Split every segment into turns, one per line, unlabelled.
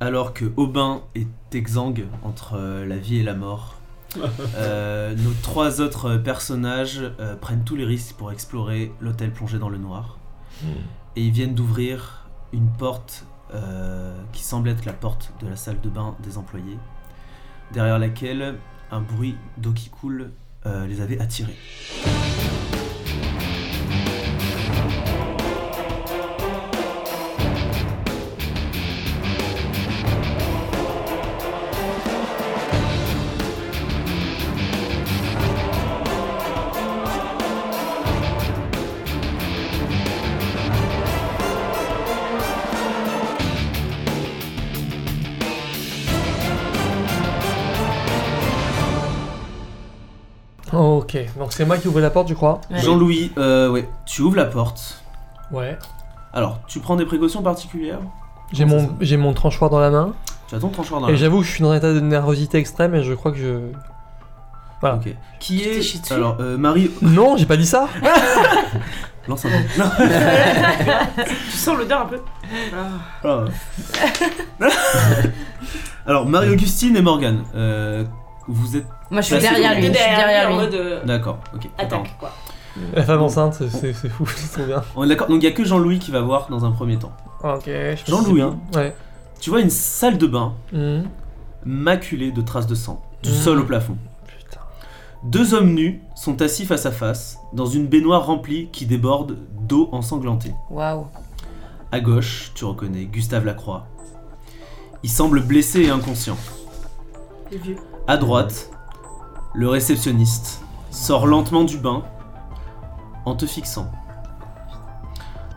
alors que Aubin est exsangue entre euh, la vie et la mort, euh, nos trois autres euh, personnages euh, prennent tous les risques pour explorer l'hôtel plongé dans le noir.
Hmm.
Et ils viennent d'ouvrir une porte euh, qui semble être la porte de la salle de bain des employés, derrière laquelle un bruit d'eau qui coule euh, les avait attirés.
Oh, Ok, donc c'est moi qui ouvre la porte, je crois.
Ouais.
Jean-Louis, euh, ouais, tu ouvres la porte.
Ouais.
Alors, tu prends des précautions particulières
J'ai mon, j'ai mon tranchoir dans la main.
Tu as ton tranchoir dans la
Et
main.
j'avoue, je suis dans un état de nervosité extrême et je crois que je. Voilà.
Ok. Qui
t'es chié
est
dessus
alors euh, Marie
Non, j'ai pas dit ça
lance un dé. Non.
Tu sens l'odeur un peu.
Ah ouais. Alors Marie Augustine et Morgane, euh, vous êtes
Moi, je suis
Bah, c'est
derrière
bon.
lui. Ah, Je suis
T'es
derrière
lui, en
lui.
mode euh,
d'accord. Ok. attends.
attaque quoi.
La femme enceinte, c'est- c'est c'est fou, c'est trop bien.
On est d'accord. Donc il y a que Jean-Louis qui va voir dans un premier temps.
Ok, je pense
Jean-Louis, hein.
que- Ouais.
Tu vois une salle de bain
Mhm.
maculée de traces de sang, du
Mhm.
Mm.
sol au plafond.
Putain.
Deux hommes nus sont assis face à face dans une baignoire remplie qui déborde d'eau ensanglantée.
Waouh.
À gauche, tu reconnais Gustave Lacroix. Il semble blessé et inconscient.
Les vieux.
À droite, le réceptionniste sort lentement du bain en te fixant.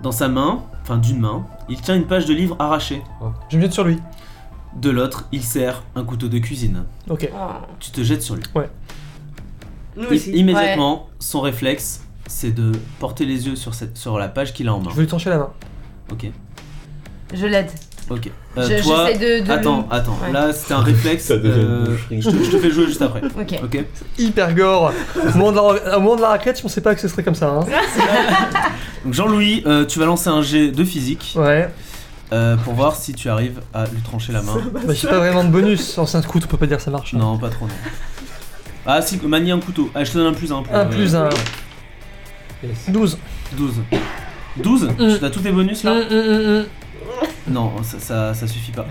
Dans sa main, enfin d'une main, il tient une page de livre arrachée.
Je me jette sur lui.
De l'autre, il serre un couteau de cuisine.
Ok.
Tu te jettes sur lui.
Nous
I-
aussi.
immédiatement, son réflexe, c'est de porter les yeux sur, cette- sur la page qu'il a en main.
Je vais lui trancher la main.
Ok,
Je l'aide.
ok.
Je-
Euh,
J'essaie
toi,
de, de le-
attends, attends.
Ouais.
Là, c'est un réflexe.
Ça devient une
euh,
boucherie.
je, te, je te fais jouer juste après.
Ok.
Ok.
Hyper gore Au moment de la, au moment de la raclette, je pensais pas que ce serait comme ça. Hein.
Donc Jean-Louis, euh, tu vas lancer un jet de physique.
Ouais.
Euh, pour voir si tu arrives à lui trancher la main.
Bah, j'ai pas vraiment de bonus. Lancer un couteau, on peut pas dire ça marche.
Non, pas trop, non. Ah, si, manier un couteau. Ah, je te donne un plus un. Pour,
Un
euh,
plus un. 12.
12. 12
Mm.
Tu as tous tes
Mmh,
bonus là
Hum, hum, hum, hum.
Non, ça, ça, ça suffit pas.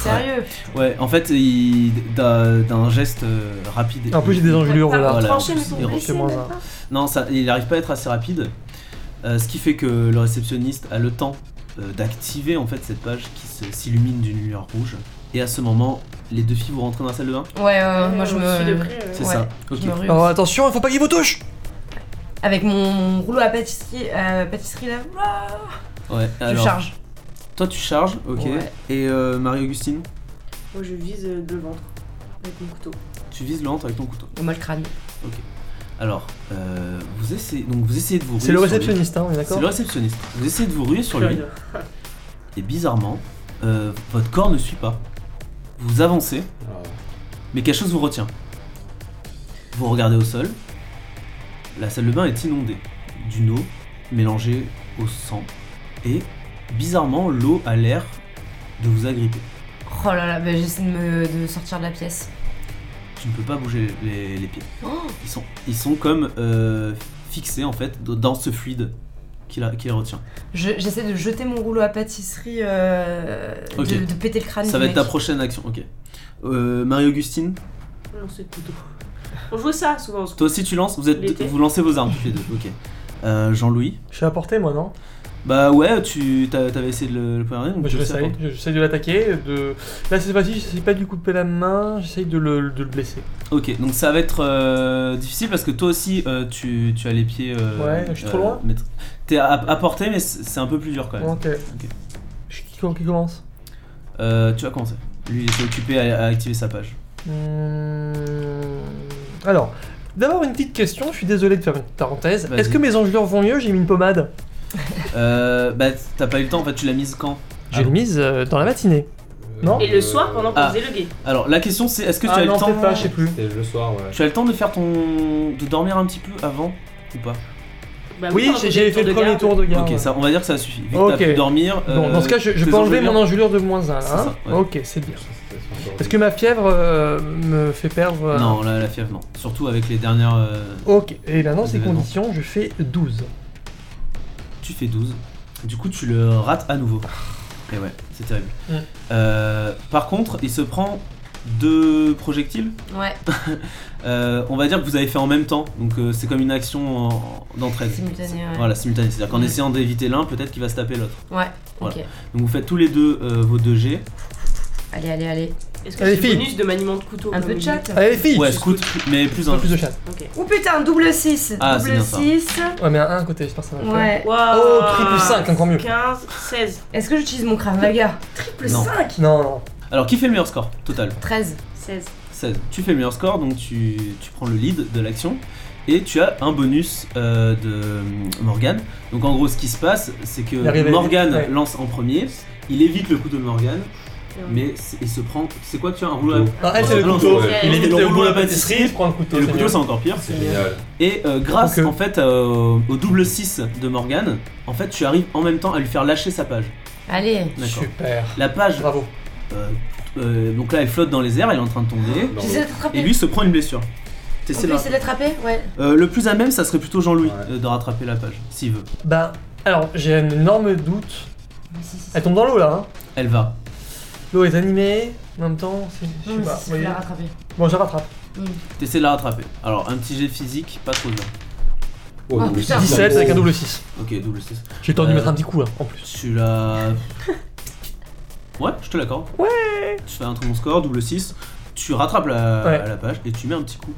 Sérieux
Ouais, en fait, il- d'un d'un geste euh, rapide.
En plus, j'ai des engelures
Pardon,
là.
Voilà.
tranché, mais
Et
pour
C'est
blesser,
moins
même
un.
pas.
Non, ça, il arrive pas à être assez rapide. Euh, ce qui fait que le réceptionniste a le temps euh, d'activer en fait cette page qui se- s'illumine d'une lumière rouge. Et à ce moment, les deux filles vous rentrez dans la salle de bain
Ouais, ouais, ouais, moi je
On suit de
me.
près, euh.
C'est
Ouais,
ça. Ok.
Je me rue.
Alors attention, il faut pas qu'il vous touche
Avec mon rouleau à pâtisserie, à pâtisserie là, Waouh.
Ouais,
je
alors,
charge.
Toi, tu charges, ok.
Ouais.
Et euh, Marie-Augustine
Moi je vise euh, le ventre avec mon couteau.
Tu vises le ventre avec ton couteau.
Et moi le crâne.
Alors, euh, vous essayez, donc vous essayez de vous ruer.
C'est le
sur lui.
réceptionniste, hein, on est
C'est
d'accord
le réceptionniste. Vous essayez de vous ruer sur lui,
Curieux.
et bizarrement, euh, votre corps ne suit pas. Vous avancez, mais quelque chose vous retient. Vous regardez au sol. La salle de bain est inondée d'une eau mélangée au sang, et bizarrement, l'eau a l'air de vous agripper.
Oh là là, bah, j'essaie de me de sortir de la pièce.
Tu ne peux pas bouger les, les pieds.
Oh.
Ils sont, ils sont comme euh, fixés en fait dans ce fluide qui, la- qui les retient.
Je- J'essaie de jeter mon rouleau à pâtisserie, euh,
Ok.
de, de péter le crâne.
Ça
du
va être
Ah,
ta
mec.
prochaine action, ok. Euh, Marie-Augustine,
Lancer le couteau. On joue ça souvent.
toi aussi tu lances, vous, êtes,
L'été.
vous lancez vos armes tous les deux, ok. Euh, Jean-Louis,
Je suis à portée, moi, non
bah ouais, tu t'as- t'avais essayé de le, le premier, donc
Bah,
tu
je
le sais
l'essaye.
pas.
Je- J'essaye de l'attaquer. De... Là, cette fois-ci, j'essaye pas de lui couper la main, j'essaye de le, de le blesser.
Ok, donc ça va être euh, difficile parce que toi aussi euh, tu, tu as les pieds. euh,
Ouais, je suis trop loin
maître- T'es à, à portée, mais c'est c'est un peu plus dur quand même.
Ok. Je- Qui, qui commence
Euh, tu vas commencer. Lui, il était occupé à, à activer sa page.
Hum, Alors, d'abord une petite question, je suis désolé de faire une parenthèse.
Vas-y.
Est-ce que mes engelures vont mieux J'ai mis une pommade.
Euh, bah t'as pas eu le temps, en fait, tu l'as mise quand
J'ai une mise euh, dans la matinée. Non
Et le soir pendant qu'on
Ah.
faisait le gay.
Alors la question c'est est-ce que tu
ah
as
non,
le temps
peut-être pas, je sais plus.
C'était le euh, soir, ouais.
Tu as le temps de faire ton. de dormir un petit peu avant ou pas
Bah
Oui,
quand
j'ai-
vous
j'ai
êtes
fait le
tour de
premier
garde.
tour de garde.
Ok, ça, on va dire que ça suffit. Vu que
Ok.
t'as pu dormir.
Donc,
euh,
dans ce cas, je, je
tes
peux enlever
enjolures-
mon enjulure de moins 1 là.
C'est
hein.
ça, ouais.
Ok, c'est bien. Est-ce que ma fièvre euh, me fait perdre euh,
Non, là, la fièvre, non. Surtout avec les dernières. euh,
Ok, et là dans
Les
ces
événements.
conditions, je fais 12.
Tu fais 12. Du coup, tu le rates à nouveau. Et ouais, c'est terrible.
Mm.
Euh, par contre, il se prend deux projectiles.
Ouais,
Euh, on va dire que vous avez fait en même temps. Donc, euh, c'est comme une action en- d'entraide.
simultané. Ouais.
Voilà, simultané. C'est-à-dire qu'en
Mm.
essayant d'éviter l'un, peut-être qu'il va se taper l'autre.
ouais.
Voilà.
ok.
Donc, vous faites tous les deux euh, vos deux G.
Allez, allez, allez.
Est-ce que
Allez,
c'est
filles.
bonus de maniement de couteau
Un
comme
peu de
il
chat.
dit
Allez, Ah, les filles
Ouais, scout, mais plus un.
Pas plus de chat.
Ok.
Oh putain, double 6
Ah, c'est
Double
bien ça.
6
Ouais, mais un 1 côté, j'espère que ça va le faire.
Ouais.
Waouh
Oh, triple 5, encore mieux.
15, 16.
Est-ce que j'utilise mon crâne, ma gars Triple
Non.
5
Non, non.
Alors, qui fait le meilleur score total
13.
16.
16. Tu fais le meilleur score, donc tu, tu prends le lead de l'action. Et tu as un bonus euh, de Morgan. Donc en gros, ce qui se passe, c'est que
Il arrive à-
Morgan
ouais.
lance en premier. Il évite le coup de Morgan,
Et on-
mais c'est- il se prend. C'est quoi que tu as un rouleau à...
Non, elle, c'est le
Non,
couteau.
ouais.
Il
Et
évite
le
le
rouleau
rouleau
à
à pâtisserie,
pâtisserie,
il prend le couteau.
Et le
c'est
couteau,
mieux.
c'est encore pire.
C'est génial.
Et euh, grâce
Ok.
en fait euh, au double 6 de Morgan, en fait, tu arrives en même temps à lui faire lâcher sa page.
Allez.
D'accord.
Super.
La page,
Bravo.
euh, euh, donc là, elle flotte dans les airs, elle est en train de tomber.
Non,
J'essaie de
Et
l'attraper.
lui se prend une blessure. T'essaies
On peut
de
essayer de l'attraper Ouais.
Euh, le plus à même, ça serait plutôt Jean-Louis
Ouais.
euh, de rattraper la page, s'il veut.
Bah, alors, j'ai un énorme doute.
Si, si, si.
Elle tombe dans l'eau là, hein.
Elle va.
L'eau est animée, en même temps, c'est.
Non,
Je sais
mais
pas.
si,
vous
si, faut
voyez.
la rattraper.
Bon, je la rattrape.
T'essaies de la rattraper. Alors, un petit jet physique, pas trop dur.
Oh,
Ah,
mais
putain.
c'est-
17 avec un double 6.
Ok, double 6.
J'ai le temps de
Euh.
lui mettre un petit coup là, en plus.
Tu la. Ouais, je te l'accorde. Ouais Tu fais un très bon score, double 6. Tu rattrapes la,
Ouais.
la page et tu mets un petit coup.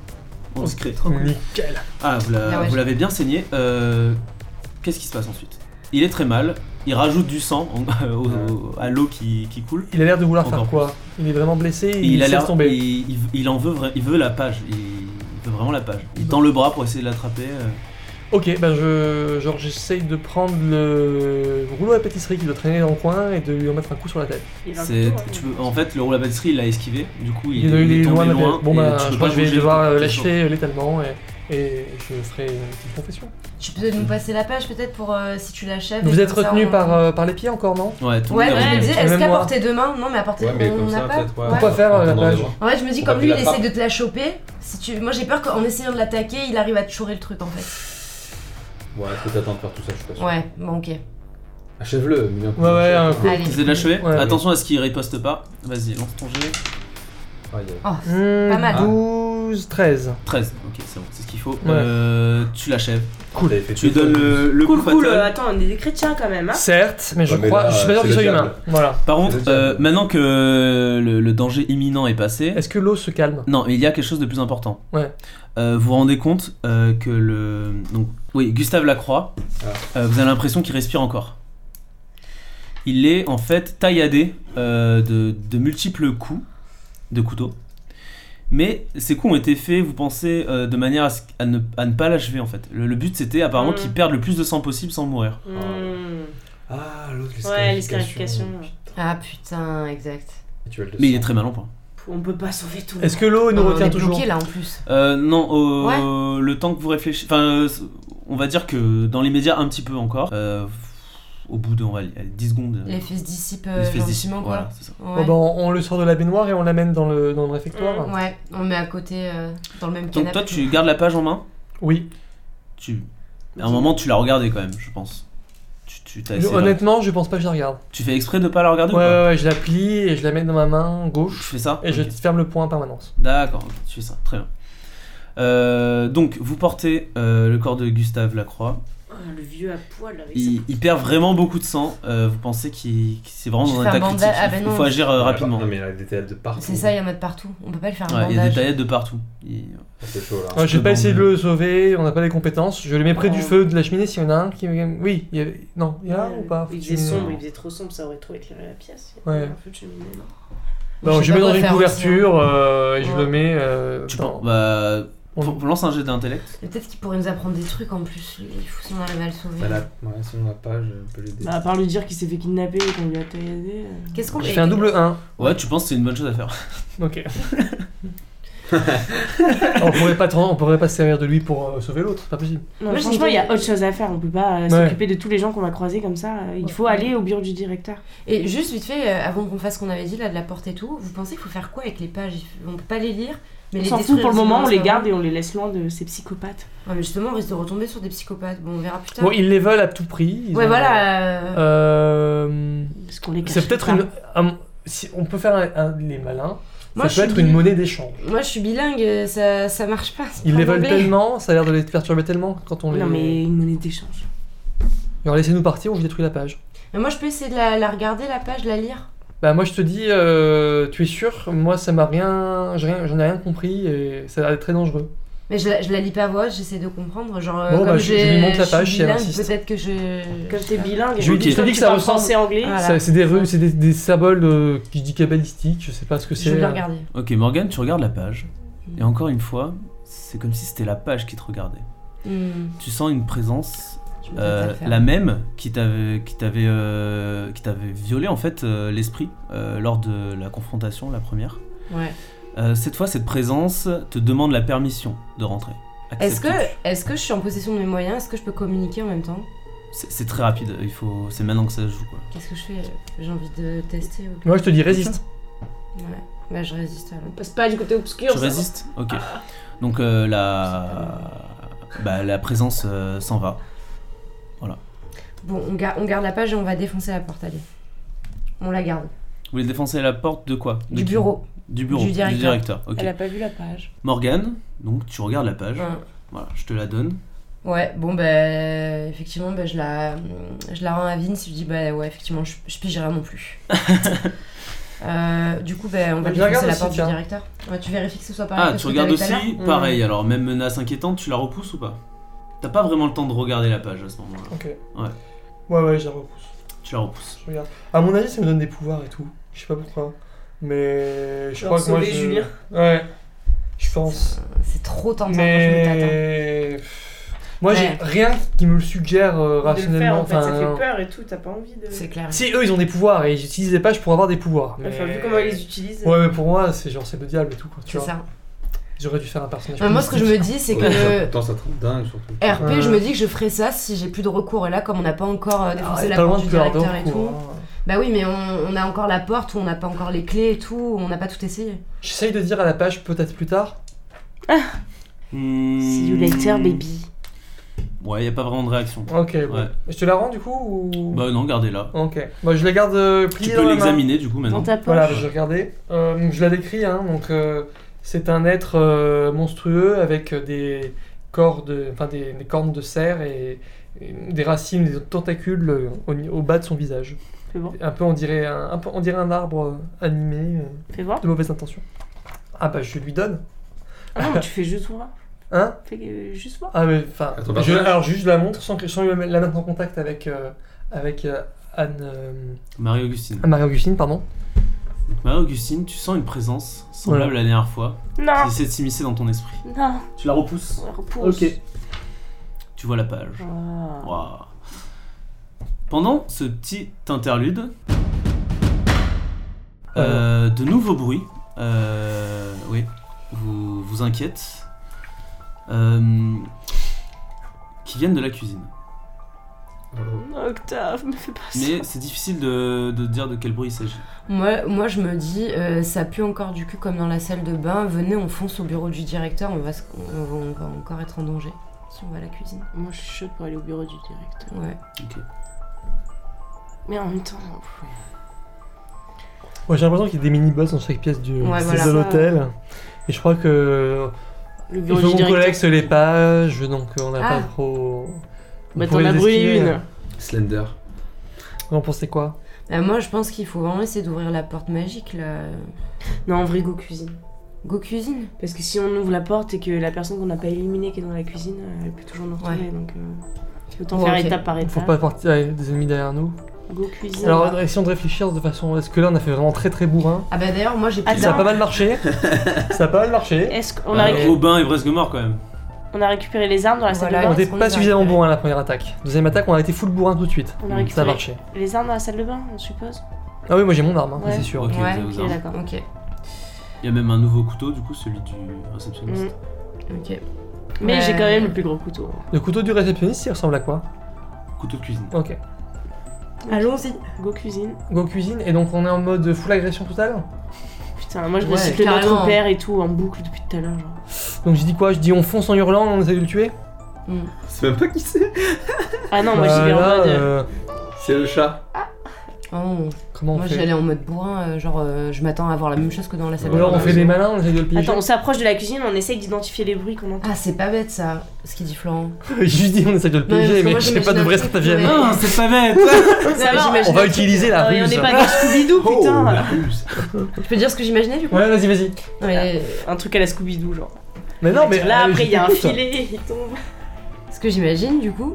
On
Ok.
se crée.
Nickel.
Ah, vous la-
Ah ouais,
vous
je-
l'avez bien saigné. Euh, Qu'est-ce qui se passe ensuite Il est très mal. Il rajoute du sang en- au- au- à l'eau qui- qui coule.
Il a l'air de vouloir
Encore
faire quoi Il est vraiment blessé et
Et il,
il,
a
laisse
l'air,
tomber.
il, il- il en veut, vra- il veut la page. Il, il veut vraiment la page. Il tend le bras pour essayer de l'attraper. euh.
Ok, bah je, genre j'essaye de prendre le rouleau à pâtisserie qui doit traîner dans le coin et de lui en mettre un coup sur la tête.
Il a un
C'est,
couteau, hein.
tu peux- en fait, le rôle à pâtisserie, il l'a esquivé. Du coup, il, est,
Il, est-
il est
il est
tombé
loin de la
loin.
tête. Bon
et
bah
tu peux
je
pas
crois que je vais
bouger
devoir
ton-
euh,
ton
l'achever létalement et, et je ferai une petite confession.
Tu peux nous passer la page peut-être pour euh, si tu l'achèves. et
Vous êtes
comme ça,
retenu
on-
par, euh, par les pieds encore, non
sang. Ouais, tout le
Ouais,
monde est
ouais, je me
revenu.
disais,
Même
est-ce qu'à
moi.
portée de main Non, mais à portée
Ouais, mais
on
comme
n'a
ça,
pas.
peut-être.
Ouais.
Pourquoi faire, euh, la
Dans les
plage
bras.
En fait, je me dis,
On
comme
va
lui, il
plus l'attraper.
essaie de te la choper. Si tu... Moi, j'ai peur qu'en essayant de l'attaquer, il arrive à te chourer le truc en fait.
Ouais, peut-être attendre de faire tout ça, je suis pas sûr.
Ouais, bon, ok.
Achève-le, mais bien.
Ouais, ouais,
Ah,
un coup.
Allez.
T'essaies de l'achever
Ouais.
Attention à ce qu'il riposte pas. Vas-y, lance ton jet.
Aïe, aïe.
Oh,
Hmm,
Pas mal.
12, 13.
13. Ok, c'est bon, c'est ce qu'il faut.
Ouais.
Euh, tu l'achèves.
Vous avez fait
Tu lui
tout
donnes
ça.
le, le
Cool,
coup
cool.
fatal.
euh, Attends, on est des chrétiens quand même, hein.
Certes, mais je
Ouais, mais
crois,
là,
je suis pas sûr
c'est
qu'il soit
le
humain.
diable.
Voilà.
Par contre,
C'est le
euh,
diable.
maintenant que le, le danger imminent est passé,
Est-ce que l'eau se calme
Non, mais il y a quelque chose de plus important.
Ouais.
Euh, vous vous rendez compte euh, que le. Donc, oui, Gustave Lacroix, euh, vous avez l'impression qu'il respire encore. Il est en fait tailladé euh, de, de multiples coups de couteau. Mais ces coups ont été faits, vous pensez, euh, de manière à, ce- à ne, à ne pas l'achever en fait. Le, le but c'était apparemment
Mm.
qu'il perde le plus de sang possible sans mourir.
Hmm.
Ah, l'autre,
Ouais, les
l'escarification.
scarifications.
Ah putain, exact.
Rituel de
Mais il est
sang.
très mal en point.
On peut pas sauver tout le
Est-ce que l'eau nous
on
retient
est
toujours
bloqué là en plus.
Euh, non, au- le temps que vous réfléchissez. Enfin, euh, on va dire que dans les médias, un petit peu encore. euh, au bout de on va, dire, 10 secondes.
Les fesses dissipent
les
euh,
fesses d'ici.
gentiment, quoi.
Voilà, c'est ça.
Bon,
Ouais.
bah, on on le sort de la baignoire et on l'amène dans le, dans le réfectoire.
Mm,
Ouais, on met à côté euh, dans le même
Donc
canapé.
toi, tu gardes la page en main
Oui.
tu...
monde.
À un moment, tu l'as regardée quand même, je pense. Tu, tu, t'as
Je-
essayé de-
honnêtement, je pense pas que je la regarde.
tu fais exprès de pas la regarder
Ouais,
ou pas
ouais, ouais, je la plie et je la mets dans ma main
Tu
gauche
fais ça
et
Ok.
je ferme le point en permanence.
D'accord, ok, tu fais ça, très bien. Euh, donc, vous portez euh, le corps de Gustave Lacroix.
Ah, le vieux à poil avec
Il, il perd vraiment beaucoup de sang. euh, vous pensez qu'il, que c'est vraiment
Tu
dans
fais
un état
un
critique.
bandage- ah
il
ben
faut-
non.
faut agir euh,
Ouais,
rapidement.
Non, mais il a des têtes de partout.
C'est ça, il y en a de partout. On peut pas lui faire un
Ouais, il y a des
bandage.
taillettes de partout. Il-
C'est chaud, là.
Ouais, Oh, J'ai
peu
pas
dans
essayé de
le-
le sauver, on n'a pas les compétences. Je le mets près du
Oh.
feu de la cheminée s'il y en a un qui. Oui, il y avait- Non, il y en a un
Euh,
ou pas
Il faisait
Cheminée.
sombre, il faisait trop sombre, ça aurait trop éclairé la pièce. Il y
Ouais.
avait Un feu de cheminée, non
Non,
Je
je
sais
le mets
pas
dans
quoi
une
faire hein.
couverture euh, et je
Ouais.
le mets. euh,
Tu
dans-
penses bah,
on-
faut- lance un jet d'intellect.
Mais Peut-être qu'il pourrait nous apprendre des trucs en plus. lui. Il faut si on arrive à le sauver.
Bah, la- Ouais, sinon la page on peut l'aider.
Bah, à part lui dire qu'il s'est fait kidnapper et qu'on lui a tailladé. euh.
Qu'est-ce qu'on
Je fais un double 1.
Ouais, tu penses que c'est une bonne chose à faire.
Ok. on pourrait pas tran- on pourrait pas se servir de lui pour euh, sauver l'autre, c'est pas possible.
Non,
Ouais,
franchement, il y a autre chose à faire. On peut pas euh,
Ouais.
s'occuper de tous les gens qu'on va croiser comme ça. Euh,
Ouais.
Il faut aller au bureau du directeur.
Et juste vite fait, euh, avant qu'on fasse ce qu'on avait dit là de la porte et tout, vous pensez qu'il faut faire quoi avec les pages Il faut- On peut pas les lire, mais
on
les
s'en fout
détruire
pour le
aussi
moment, on les
dans un-
garde et on les laisse loin de ces psychopathes.
Ouais, mais justement, on risque de retomber sur des psychopathes. Bon, on verra plus tard.
Bon, ils les veulent à tout prix. ils
ouais,
ont-
voilà. euh,
Euh,
Parce qu'on les cache
C'est peut-être
pas.
une. un- si on peut faire un- un- les malins,
Moi,
ça
je
peut
suis
être une
bi-
monnaie d'échange.
Moi, je suis bilingue, euh, ça, ça marche pas. c'est
Ils
pas
les
en
veulent
anglais.
tellement, ça a l'air de les perturber tellement quand on les.
Non, mais une monnaie d'échange.
Alors laissez-nous partir ou je détruis la page.
Mais moi, je peux essayer de la, la regarder, la page, de la lire.
Bah moi je te dis, euh, tu es sûr Moi ça m'a rien, j'ai rien- j'en ai rien compris et ça a l'air très dangereux.
Mais je la, je la lis pas à voix haute, j'essaie de comprendre. Genre, euh,
Bon,
comme
bah, je- je
j'ai-
lui montre la
suis
page si elle
bilingue,
insiste.
Peut-être que je.
Comme t'es bilingue,
Je lui dis-
comme
je lui dis
tu
que ça
parles
ressemble- Ah,
français anglais.
Voilà.
Ça- C'est des rues, c'est des, des symboles euh, qui je dis cabalistiques, je sais pas ce que
Je
c'est.
vais la
euh.
regarder.
Ok, Morgane, tu regardes la page. Et encore une fois, c'est comme si c'était la page qui te regardais.
Hmm,
Tu sens une présence
je vais
Euh,
peut-être
la
la faire.
même qui t'avait qui t'avait euh, qui t'avait violé en fait euh, l'esprit euh, lors de la confrontation la première.
Ouais.
Euh, cette fois, cette présence te demande la permission de rentrer.
Est-ce que,
Acceptes-tu
est-ce que je suis en possession de mes moyens Est-ce que je peux communiquer en même temps
c'est c'est très rapide Il faut c'est maintenant que ça se joue quoi.
Qu'est-ce que je fais J'ai envie de tester. ou-
Moi je te dis résiste.
Ouais. Bah, je résiste alors.
On passe pas du côté obscur.
Tu
ça va.
résistes Ok. Donc euh, la bah, la présence euh, s'en va.
Bon, on, ga- on garde la page et on va défoncer la porte. Allez. On la garde.
Vous voulez défoncer la porte de quoi De
Du
qui
bureau.
Du bureau.
Du directeur.
ok.
Elle a pas vu la page.
Morgane, donc tu regardes la page.
Hein.
Voilà, je te la donne.
Ouais, bon, bah, effectivement, bah, je, la, je la rends à Vince. Je lui dis, bah, ouais, effectivement, je, je pige rien non plus. Euh, du coup, bah, on
Bah,
va
je la
défoncer
regarde
la
aussi,
porte du
tiens.
directeur. Ouais, tu vérifies que ce soit pareil.
Ah,
que
tu
ce que t'avais
regardes
tout à l'heure
aussi Pareil, alors même menace inquiétante, tu la repousses ou pas T'as pas vraiment le temps de regarder la page à ce moment-là.
Ok.
Ouais.
Ouais ouais, je la repousse.
Tu la repousses.
Je regarde. À mon avis ça me donne des pouvoirs et tout. Je sais pas pourquoi. Mais je
Genre
crois que moi
sauver
je...
Julien.
Ouais. Je pense.
C'est trop tentant, franchement, je me tâte, hein.
Mais moi j'ai
Ouais.
rien qui me le suggère euh, rationnellement.
De le faire, en fait, ça
enfin,
fait
non.
peur et tout, t'as pas envie de.
C'est clair.
Ah. Si eux ils ont des pouvoirs et ils utilisent les pages pour avoir des pouvoirs. Mais...
Enfin, vu comment ils les utilisent.
Ouais, mais pour moi c'est genre c'est le diable et tout quoi. Tu
C'est
vois.
ça.
J'aurais dû faire un personnage.
Ouais, moi, ce que je me dis, c'est que.
Attends, ça te rend dingue surtout.
RP,
Ouais.
je me dis que je ferai ça si j'ai plus de recours. Et là, comme on n'a pas encore euh,
Ah,
défoncé la porte du directeur et tout. Bah oui, mais on, on a encore la porte où on n'a pas encore les clés et tout. On n'a pas tout essayé.
J'essaye de dire à la page peut-être plus tard.
See you later, baby.
Hmm. Ouais, y a pas vraiment de réaction.
Ah, Ok, bon.
Ouais.
Je te la rends du coup ou...
Bah non, gardez-la.
Ok. Bah je la garde euh,
Tu
pliée
peux
dans la main.
l'examiner du coup
Dans
maintenant.
ta poche.
Mmh. Voilà, je regardais. Euh, donc, je la décris, hein, donc euh, c'est un être euh, monstrueux avec euh, des corps de, enfin des, des cornes de cerf et, et des racines, des tentacules euh, au, ni- au bas de son visage.
Fais voir.
Un peu, on dirait un, un peu- on dirait un arbre euh, animé euh,
Fais voir.
de mauvaise intention. Ah bah je lui donne,
Ah non, mais tu fais juste voir.
hein
Fais euh, juste voir.
Ah mais enfin,
Attends,
je-
personnage.
alors juste je la montre sans, que- sans la mettre en contact avec euh, avec euh, Anne, euh,
Marie-Augustine.
Marie-Augustine, pardon.
Marie-Augustine, tu sens une présence semblable à la dernière fois qui
Non,
essaie de s'immiscer dans ton esprit.
non,
Tu la repousses.
on repousse.
Ok. Tu vois la page.
Ah.
Waouh. Pendant ce petit interlude, euh, de nouveaux bruits, euh, oui, vous, vous inquiètent, euh, qui viennent de la cuisine.
Octave, me fais pas
Mais c'est difficile de, de dire de quel bruit il s'agit.
Moi, moi, je me dis, euh, ça pue encore du cul comme dans la salle de bain. Venez, on fonce au bureau du directeur. On va, se- on va, on va encore être en danger si on va à la cuisine.
ça. Moi, je suis chaude pour aller au bureau du directeur.
Ouais.
Mais en même temps, pff,
Ouais, j'ai l'impression qu'il y a des mini-boss dans chaque pièce du,
Ouais,
c'est
voilà.
de l'hôtel. Et je crois que
le
il
bureau
faut
du
qu'on
directeur.
collecte les pages, donc on n'a
Ah.
pas trop. on
Bah, t'en
pourrait
as
les
brûlé
esquiver.
une.
Slender.
Vous en pensez quoi
Euh, moi, je pense qu'il faut vraiment essayer d'ouvrir la porte magique là.
Non, en vrai, go cuisine.
Go cuisine.
Parce que si on ouvre la porte et que la personne qu'on n'a pas éliminée qui est dans la cuisine, euh, elle peut toujours nous retrouver. Donc, euh, autant
Ouais,
faire
ok.
étape par
Faut
étape.
pas partir avec des ennemis derrière nous.
Go cuisine.
Alors essayons de réfléchir de façon. Est-ce que là on a fait vraiment très très bourrin
Ah bah d'ailleurs, moi j'ai
Attends.
plus
Ça a pas mal marché. ça a pas mal marché.
Est-ce qu'on
Bah,
a, récu-
Aubin est presque mort quand même.
on a récuré les armes dans la salle
Voilà.
On
de bain
n'était
qu'on
pas
les a
suffisamment
récupérés.
bourrin à la première attaque. Deuxième attaque, on a été full bourrin tout de suite.
On a
Ça a
récupéré
marché.
les armes dans la salle de bain, on suppose.
Ah oui, moi j'ai mon arme, hein,
Ouais.
c'est sûr.
Ok,
Ouais,
vous avez
Ok,
vos armes.
d'accord.
Ok.
Il y a même un nouveau couteau, du coup, celui du réceptionniste.
Mhm.
Ok.
Mais
Ouais.
j'ai quand même le plus gros couteau.
Le couteau du réceptionniste, il ressemble à quoi
Couteau de cuisine.
Ok.
Allons-y.
Go cuisine.
Go cuisine, et donc on est en mode full agression totale
Putain, moi je
Ouais,
recycle
carrément.
notre père et tout en boucle depuis tout à l'heure. genre.
Donc je dis quoi Je dis on fonce en hurlant, on essaie de le tuer
C'est même pas qui c'est
Ah non, moi
Bah
j'y vais en
là,
mode.
euh,
euh,
C'est le chat.
Oh,
Comment on
moi
fait
j'allais en mode bourrin, euh, genre euh, je m'attends à voir la même chose que dans la salle
Ou
de
alors on
bain. Ah,
fait des malins, on essaie de le piéger.
Attends, on s'approche de la cuisine, on essaye d'identifier les bruits qu'on entend.
Ah, c'est pas bête ça, ce qu'il dit Florent.
Juste dit on essaie de le
Non, mais
piéger,
parce que
mais
moi,
je sais pas de
j'imagine
vrai
un
stratagème.
truc, ouais.
Ah, c'est pas bête
Ça va,
j'imagine.
On va utiliser la
Ah oui, on
ruse.
n'est pas des Scooby-Doo,
Oh,
putain
la ruse.
Je peux dire ce que j'imaginais du coup
Ouais, vas-y, vas-y.
Non, mais,
Un truc à la Scooby-Doo, genre.
Mais non, mais.
Là,
euh,
après,
je
il y a un
t'écoute.
filet, il tombe.
Ce que j'imagine du coup.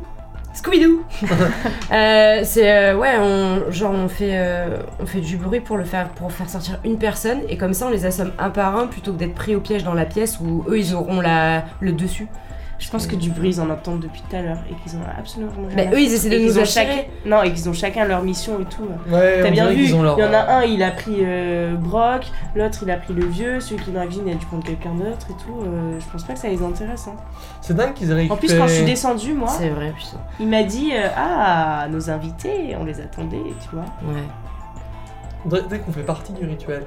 Scooby-Doo Euh, C'est. euh, ouais, on, genre on fait, euh, on fait du bruit pour, le faire, pour faire sortir une personne et comme ça on les assomme un par un plutôt que d'être pris au piège dans la pièce où eux ils auront la, le dessus.
Je pense que du bruit, ils en entendent depuis tout à l'heure et qu'ils ont absolument rien
Bah,
à
eux ils essaient de
Et
nous
qu'ils ont
attirer.
chacun- Non, et qu'ils ont chacun leur mission et tout.
Ouais,
T'as
on
bien
dirait
vu, il
qu'ils
y
ont leur- euh,
en a un, il a pris euh, Brock, l'autre il a pris le vieux, celui qui est dans la cuisine il a dû prendre quelqu'un d'autre et tout. euh, je pense pas que ça les intéresse. hein.
C'est dingue qu'ils aient
En plus, quand je suis
récupéré-
descendue, moi,
C'est vrai, putain.
il m'a dit euh, Ah, nos invités, on les attendait, tu vois.
Ouais.
Dès dès qu'on fait partie du rituel,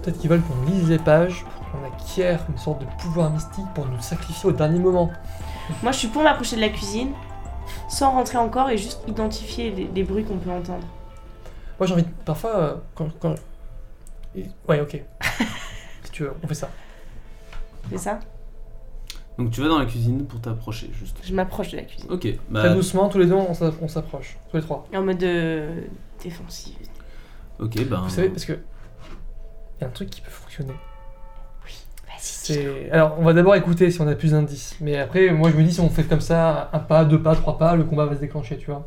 peut-être qu'ils veulent qu'on lise les pages pour qu'on acquiert une sorte de pouvoir mystique pour nous sacrifier au dernier moment.
Moi, je suis pour m'approcher de la cuisine sans rentrer encore et juste identifier les, les bruits qu'on peut entendre.
Moi j'ai envie de... Parfois, euh, quand... quand- Et- Ouais, ok. si tu veux, on fait ça.
C'est ça
Donc tu vas dans la cuisine pour t'approcher, juste.
Je m'approche de la cuisine.
Ok,
Très
bah.
doucement, tous les deux, on s'a- on s'approche. Tous les trois.
En mode euh, défensif.
Ok, bah.
Vous savez, parce que. Il y a un truc qui peut fonctionner.
Vas-y,
C'est. Alors, on va d'abord écouter si on a plus d'indices. Mais après, moi, je me dis, si on fait comme ça, un pas, deux pas, trois pas, le combat va se déclencher, tu vois.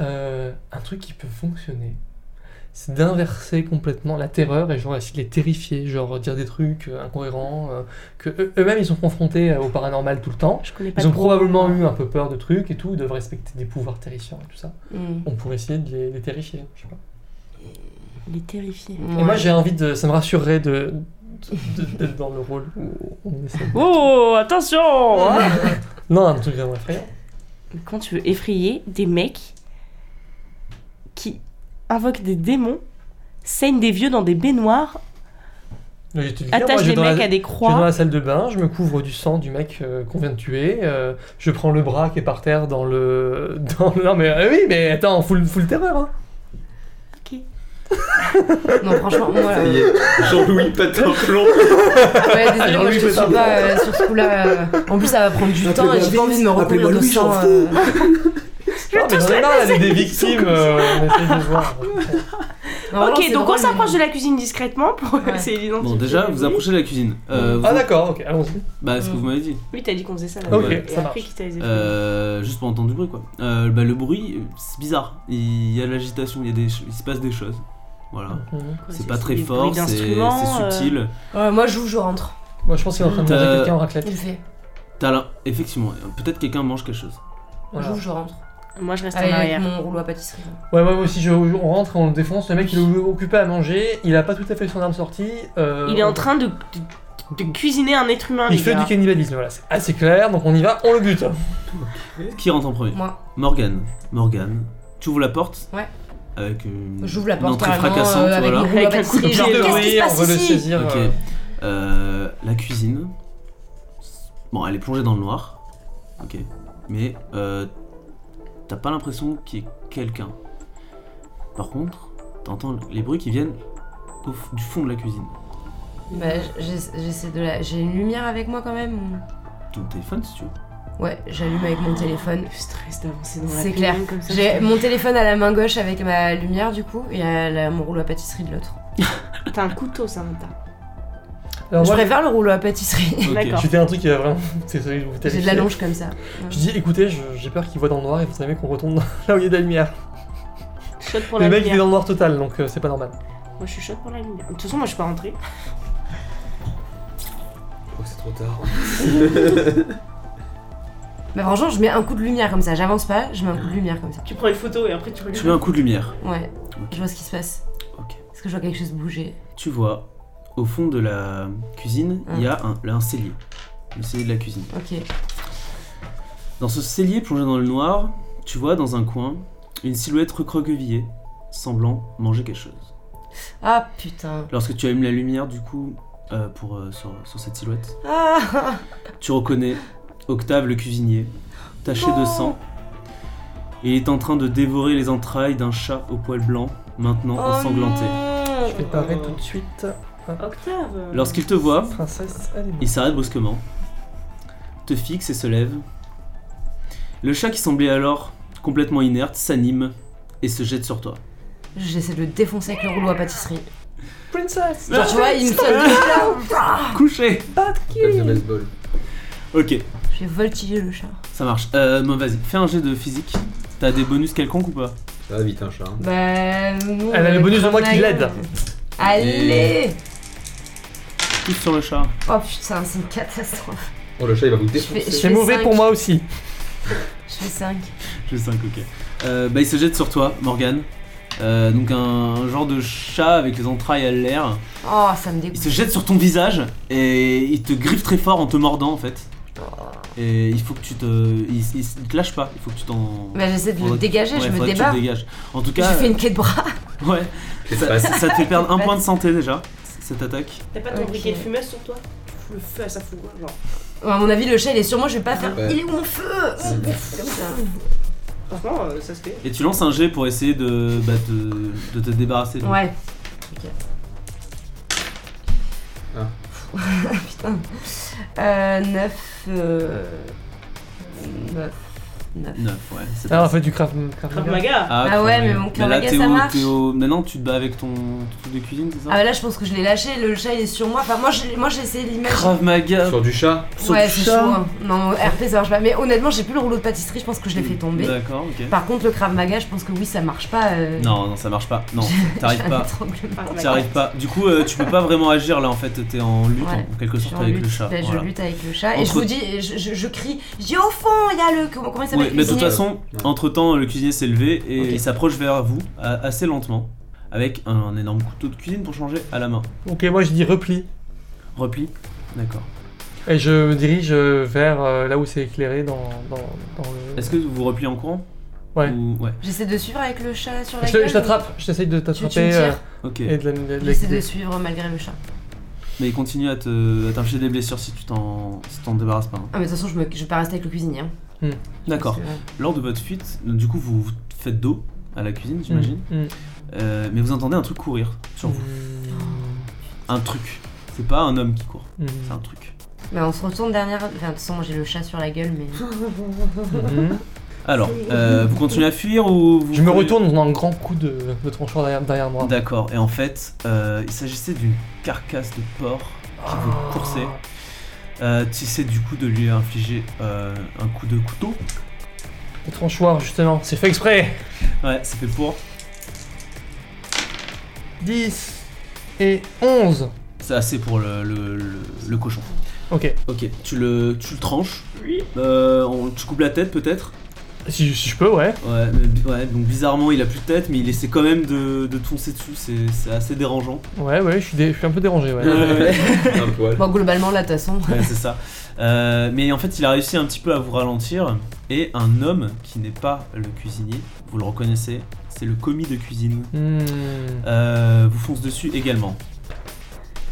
Euh, un truc qui peut fonctionner, c'est d'inverser complètement la terreur et genre essayer de les terrifier, genre dire des trucs euh, incohérents, euh, que eux- eux-mêmes ils sont confrontés euh, au paranormal tout le temps.
je connais pas
Ils ont
trop. hein.
probablement eu un peu peur de trucs et tout, ils doivent respecter des pouvoirs terrifiants et tout ça.
Mm.
On pourrait essayer de les, les terrifier, je sais pas.
Il est terrifié.
Et
Ouais.
moi j'ai envie de. Ça me rassurerait de. de- de- d'être dans le rôle où on essaie. de-
Oh, attention hein
Non, un truc vraiment effrayant.
Mais Comment tu veux effrayer des mecs qui invoquent des démons, saignent des vieux dans des baignoires,
Là, j'étais le dire, moi,
attachent
je vais
des
dans
mecs
la-
à
je
des
vais dans
croix
la salle de bain, je me couvre du sang du mec euh, qu'on vient de tuer, euh, je prends le bras qui est par terre dans le. Dans le- Non mais euh, oui, mais attends, full, full terreur hein.
Non, franchement, moi.
Ça
euh,
y est, Jean-Louis Patinflon.
Ouais, désolé, moi, je
Jean-Louis
te suis
Pétard.
pas euh, sur ce coup-là. euh, En plus, ça va prendre du temps et j'ai pas envie de me recouvrir
Appelez-moi
de
Louis,
sang.
j'en
euh.
Non, Ah, mais j'en ai marre, là, des, des victimes, euh, on essaye de voir.
Non, vraiment,
Ok,
c'est
donc on
drôle,
s'approche
mais-
de la cuisine discrètement pour
Ouais.
essayer d'identifier.
Bon, déjà,
les
vous
bruits.
approchez de la cuisine. Euh, vous-
Ah d'accord, ok, allons-y.
Bah, ce que
Mm.
vous m'avez dit.
Oui, t'as dit qu'on faisait ça. là.
Ok,
Et
ça
après,
marche.
qui t'a les effrayés
Euh, juste pour entendre du bruit, quoi. Euh, bah, le bruit, euh, c'est bizarre. Il y a de l'agitation, il, y a des... ch- il se passe des choses. Voilà.
Mhm.
Quoi,
C'est pas très
des
fort,
bruits
c'est
d'instruments,
c'est
euh,
subtil.
Ouais, moi, je joue, je rentre.
Moi je pense qu'il est en train de manger
T'as-
quelqu'un en raclette.
Il le fait.
T'as l'im- Effectivement, peut-être quelqu'un mange quelque chose.
Je
Voilà.
joue, je rentre.
Moi, je reste en
Avec
arrière.
mon rouleau à pâtisserie.
Ouais, ouais, moi aussi, je, on rentre, on le défonce. Le mec, il est occupé à manger, il a pas tout à fait son arme sortie. euh,
Il est en
on-
train de, de- de cuisiner un être humain.
Il
les
fait
gars.
du cannibalisme, voilà, c'est assez clair, donc on y va, on le bute.
Qui rentre en premier
Moi,
Morgane. Morgane. Tu ouvres la porte
Ouais.
Avec une,
j'ouvre la
une
porte
entrée
carrément
fracassante,
euh, avec
voilà.
mon rouleau à
Avec un coup de
pâtisserie.
pied
genre,
de
Qu'est-ce qui se
on veut le
passe ici
saisir.
Ok.
euh,
Euh, la cuisine. Bon, elle est plongée dans le noir. Ok. Mais euh, t'as pas l'impression qu'il y ait quelqu'un. Par contre, t'entends les bruits qui viennent au f- du fond de la cuisine.
Bah, j'ai- j'essaie de la. J'ai une lumière avec moi quand même. ou-
Ton téléphone, si tu veux.
Ouais, j'allume avec mon téléphone.
Le stress d'avancer dans la
C'est
cuisine
clair.
comme ça.
J'ai mon téléphone à la main gauche avec ma lumière du coup et à la- mon rouleau à pâtisserie de l'autre.
T'as un couteau, Samantha.
Alors,
Je
moi,
préfère le rouleau à pâtisserie.
Ok.
D'accord.
je fais un truc qui va vraiment. C'est celui où vous
J'ai de la longe comme ça.
Je dis, écoutez, je- j'ai peur qu'il voit dans le noir et vous savez qu'on retourne dans- là où il y a de la lumière.
Chaude pour
le
la
mec, il est
lumière.
dans le noir total, donc euh, c'est pas normal.
Moi, je suis chaude pour la lumière. De toute façon, moi, je suis pas rentrée.
Je crois que c'est trop tard.
Mais franchement, je mets un coup de lumière comme ça. J'avance pas, je mets un coup de lumière comme ça.
Tu prends une photo et après, tu
Tu mets
regardes.
un coup de lumière.
Ouais, je vois ce qui se passe.
Ok.
Est-ce que je vois quelque chose bouger
Tu vois au fond de la cuisine, il y a un, là, un cellier. Le cellier de la cuisine.
Ok.
Dans ce cellier plongé dans le noir, tu vois dans un coin une silhouette recroquevillée, semblant manger quelque chose.
Ah putain.
Lorsque tu allumes la lumière, du coup, euh, pour, euh, sur, sur cette silhouette,
Ah
tu reconnais Octave le cuisinier, taché de
Non.
sang. Il est en train de dévorer les entrailles d'un chat au poil blanc, maintenant
Oh
ensanglanté.
Je vais parer tout de suite.
Octave
Lorsqu'il te voit,
Princesse
Il
animée.
s'arrête brusquement, te fixe et se lève. Le chat qui semblait alors complètement inerte s'anime et se jette sur toi.
J'essaie de le défoncer avec le rouleau à pâtisserie.
Princesse
Genre, tu vois, il me saute là.
Couché
Comme le baseball.
Ok,
Je vais voltiger le chat.
ça marche. Euh, bon, vas-y, fais un jet de physique. T'as des bonus quelconques ou pas
Ça va vite, un chat. hein.
Bah. non,
Elle a le
euh,
bonus de moi qui
travail.
l'aide.
Allez
Tous sur le chat.
Oh putain, c'est une catastrophe.
Oh, le chat, il va vous
Je fais, je
défoncer.
C'est
fais
mauvais
cinq.
pour moi aussi.
Je fais 5.
J'ai 5, ok. Euh, bah, il se jette sur toi, Morgane. Euh, donc un, un genre de chat avec les entrailles à l'air.
Oh, ça me
Il
dégoûte.
se jette sur ton visage et il te griffe très fort en te mordant en fait. Et il faut que tu te... Il, il se- il te lâche pas, il faut que tu t'en...
Bah, j'essaie de le
Faudrait-
dégager,
Ouais,
je me
faudrait que tu
débarre.
te dégages. En tout
Je
cas,
fais une quai de bras.
euh, ouais,
Qu'est-ce qui se
ça,
passe
ça te fait perdre un point de santé déjà, cette attaque.
T'as pas ton
Ok.
briquet de fumée sur toi Tu fous le feu à sa fougre, genre.
Ouais, à mon avis, le chat, il est sur moi, je vais pas faire.
Ouais.
Il est où mon feu
Comme ça. Franchement, euh, ça se fait.
Et tu lances un jet pour essayer de, bah, te- de te débarrasser. de lui.
Ouais.
Ah.
Putain. Euh, 9. Euh... 9. 9.
Neuf, ouais. c'est
Ah,
pas-
en fait, du Krav Krav
Krav
Maga.
Maga
Ah
Krav
ouais,
Maga.
mais mon Krav
là,
Maga,
t'es
ça
au-
marche.
t'es au- Maintenant, tu te bats avec ton truc de cuisine, c'est
Ah
ça
bah là je pense que je l'ai lâché, le chat il est sur moi. Enfin moi j'ai moi, j'ai essayé l'image.
Krav Maga
Sur du chat
sur
Ouais
du
c'est chaud.
chat.
hein. Non RP ça marche pas. Mais honnêtement j'ai plus le rouleau de pâtisserie, je pense que je l'ai fait tomber.
D'accord, ok.
Par contre le Krav Maga je pense que oui ça marche pas. euh,
Non, non, ça marche pas. Non, t'arrives
j'ai un
pas.
étranglement.
Krav Maga.
T'arrives pas. Du coup, euh, tu peux pas vraiment agir là en fait. T'es en lutte
Ouais,
en quelque
Je suis
sorte
en
avec
lutte.
le chat.
Bah,
voilà.
Je lutte avec le chat et
Entre-
je vous dis, je, je- je crie, je dis au fond, il y a le. Comment, comment il s'appelle
Ouais, mais de toute
cuisinier
façon,
Ouais.
entre temps, le cuisinier s'est levé et
Ok.
il s'approche vers vous a- assez lentement avec un, un énorme couteau de cuisine pour changer à la main.
Ok, moi je dis repli.
Repli, d'accord.
Et je me dirige euh, vers euh, là où c'est éclairé dans, dans, dans le.
Est-ce que vous repliez en courant
Ouais.
Ou- ouais.
J'essaie de suivre avec le chat sur la
Je te-
gueule.
je t'attrape, je t'essaye de
Tu, tu
t'attraper
me
euh,
tires.
Ok.
et de la. de la-
J'essaie de suivre malgré le chat.
Mais il continue à te- à t'infliger des blessures si tu t'en si t'en débarrasses pas. hein.
Ah mais de toute façon je, me, je vais pas rester avec le cuisinier. hein.
D'accord.
Parce que- euh,
Lors de votre fuite, du coup, vous vous faites dos à la cuisine,
Mm,
j'imagine.
mm.
Euh, mais vous entendez un truc courir sur vous. Un truc. C'est pas un homme qui court,
Mm.
c'est un truc.
Bah, on se retourne dernière. Enfin de toute façon moi j'ai le chat sur la gueule mais.
Mhm.
Alors, euh, vous continuez à fuir ou vous
Je me
prenez-
retourne dans un grand coup de, de tranchant derrière, derrière moi.
D'accord, et en fait, euh, il s'agissait d'une carcasse de porc qui
Ah.
vous coursait. Euh, tu essaies du coup de lui infliger euh, un coup de couteau.
Le tranchoir, justement, c'est fait exprès.
Ouais, c'est fait pour.
10 et 11.
C'est assez pour le, le- le- le cochon.
Ok,
Ok, tu le, tu le tranches.
Oui.
Euh, on- tu coupes la tête peut-être.
si, si je peux, ouais.
Ouais, mais bi- ouais, donc bizarrement, il a plus de tête, mais il essaie quand même de, de te foncer dessus. C'est c'est assez dérangeant.
Ouais, ouais, je suis, dé- je suis un peu dérangé, ouais.
Ouais,
Un poil.
Bon globalement là de toute façon.
Ouais, c'est ça. Euh, mais en fait, il a réussi un petit peu à vous ralentir. Et un homme qui n'est pas le cuisinier, vous le reconnaissez, c'est le commis de cuisine,
Hmm.
euh, vous fonce dessus également.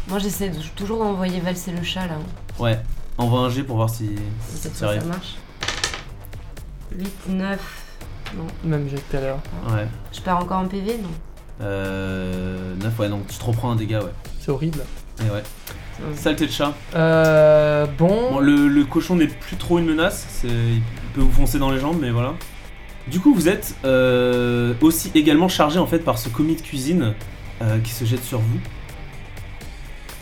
Moi j'essaie de- toujours d'envoyer valser le chat là.
Ouais, envoie un G pour voir si.
Si cette
Ça
fois ça
arrive.
marche. 8, 9.
Même j'ai tout à l'heure.
Ouais.
Je pars encore en PV non
Euh, 9, ouais, donc tu te reprends un dégât, ouais.
C'est horrible.
Et ouais. Saleté de chat.
Euh,
Bon,
bon.
le, le cochon n'est plus trop une menace, c'est- il peut vous foncer dans les jambes, mais voilà. Du coup, vous êtes euh, aussi également chargé en fait par ce commis de cuisine euh, qui se jette sur vous.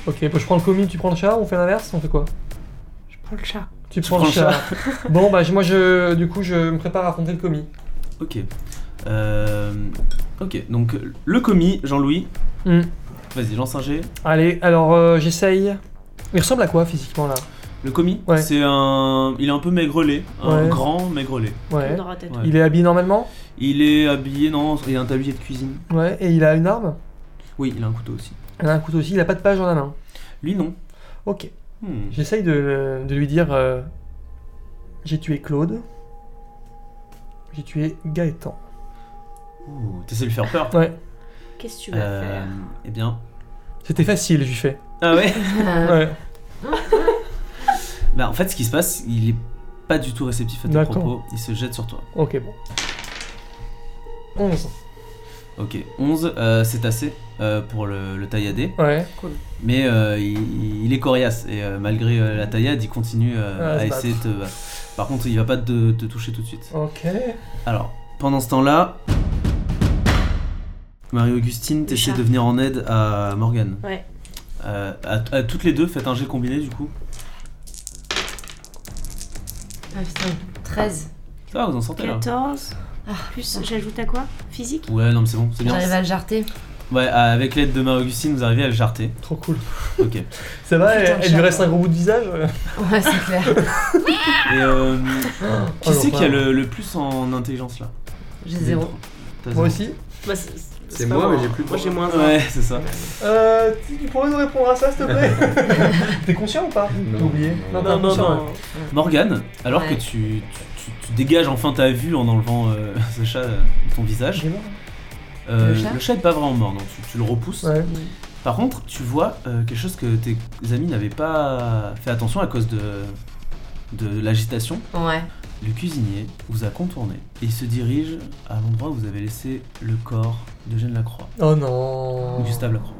Ok, bah, je prends le commis, tu prends le chat, on fait l'inverse, on fait quoi
Je prends le chat.
Tu prends, le chat. bon, bah, je- moi, je, du coup, je me prépare à affronter le commis.
Ok. Euh, ok, donc le commis, Jean-Louis,
Hmm.
vas-y, lance un G.
Allez, alors, euh, j'essaye. Il ressemble à quoi physiquement là
Le commis,
Ouais.
c'est un. Il est un peu maigrelé, un
Ouais.
grand maigrelé.
Ouais.
On aura tête.
Ouais.
Il est habillé normalement
Il est habillé, non, il a un tablier de cuisine.
Ouais, et il a une arme
Oui, il a un couteau aussi.
Elle a un couteau aussi, il a pas de page dans la main.
Lui, non.
Ok.
Hmm.
J'essaye de, de lui dire euh, J'ai tué Claude. J'ai tué Gaëtan.
Ouh, T'essaies de lui faire peur.
Ouais.
Qu'est-ce que tu hein. vas
Euh,
faire
eh bien.
C'était facile, je lui fais.
Ah ouais
Euh,
Ouais.
Bah en fait, ce qui se passe, il est pas du tout réceptif à tes
D'accord.
propos. Il se jette sur toi.
Ok, bon. 11.
Ok, 11, euh, c'est assez euh, pour le, le taillader.
Ouais.
Mais euh, il, il est coriace et euh, malgré euh, la taillade, il continue euh, à
Ah, se
essayer de te battre. Par contre, il va pas te, te toucher tout de suite.
Ok.
Alors, pendant ce temps-là, Marie-Augustine, t'essaies
chat.
de venir en aide à Morgane.
Ouais.
Euh, à, à toutes les deux, faites un jet combiné du coup.
Ah putain, 13.
Ça va, vous en sortez là
14. Plus, j'ajoute à quoi Physique
Ouais, non, mais c'est bon, c'est bien.
J'arrive à le jarter.
Ouais, avec l'aide de Marie-Augustine, vous arrivez à le jarter.
Trop cool.
Ok. Et
Ça va,
Putain,
elle, elle
chat.
lui reste un gros bout de visage
Ouais, c'est clair.
euh, qui
Oh,
c'est qui a
l'horreur.
le, le plus en intelligence là
J'ai zéro.
T'as zéro.
Moi aussi
Bah, c'est-
C'est
pas
moi, mais j'ai plus de
Moi,
points.
j'ai moins un.
Ouais, c'est ça.
Euh, tu tu pourrais nous répondre à ça, s'il te plaît T'es conscient ou pas T'as oublié
Non,
t'es inconscient, ouais.
Morgane, alors que
Ouais.
tu, tu- tu- tu dégages enfin ta vue en enlevant euh, ce chat euh, de ton visage,
J'ai mort.
euh,
Le chat
le chat est pas vraiment mort, donc tu, tu le repousses.
hein. Ouais.
Par contre, tu vois euh, quelque chose que tes amis n'avaient pas fait attention à cause de, de l'agitation.
Ouais.
Le cuisinier vous a contourné et il se dirige à l'endroit où vous avez laissé le corps de Jeanne Lacroix,
Oh
ou
non.
Gustave Lacroix.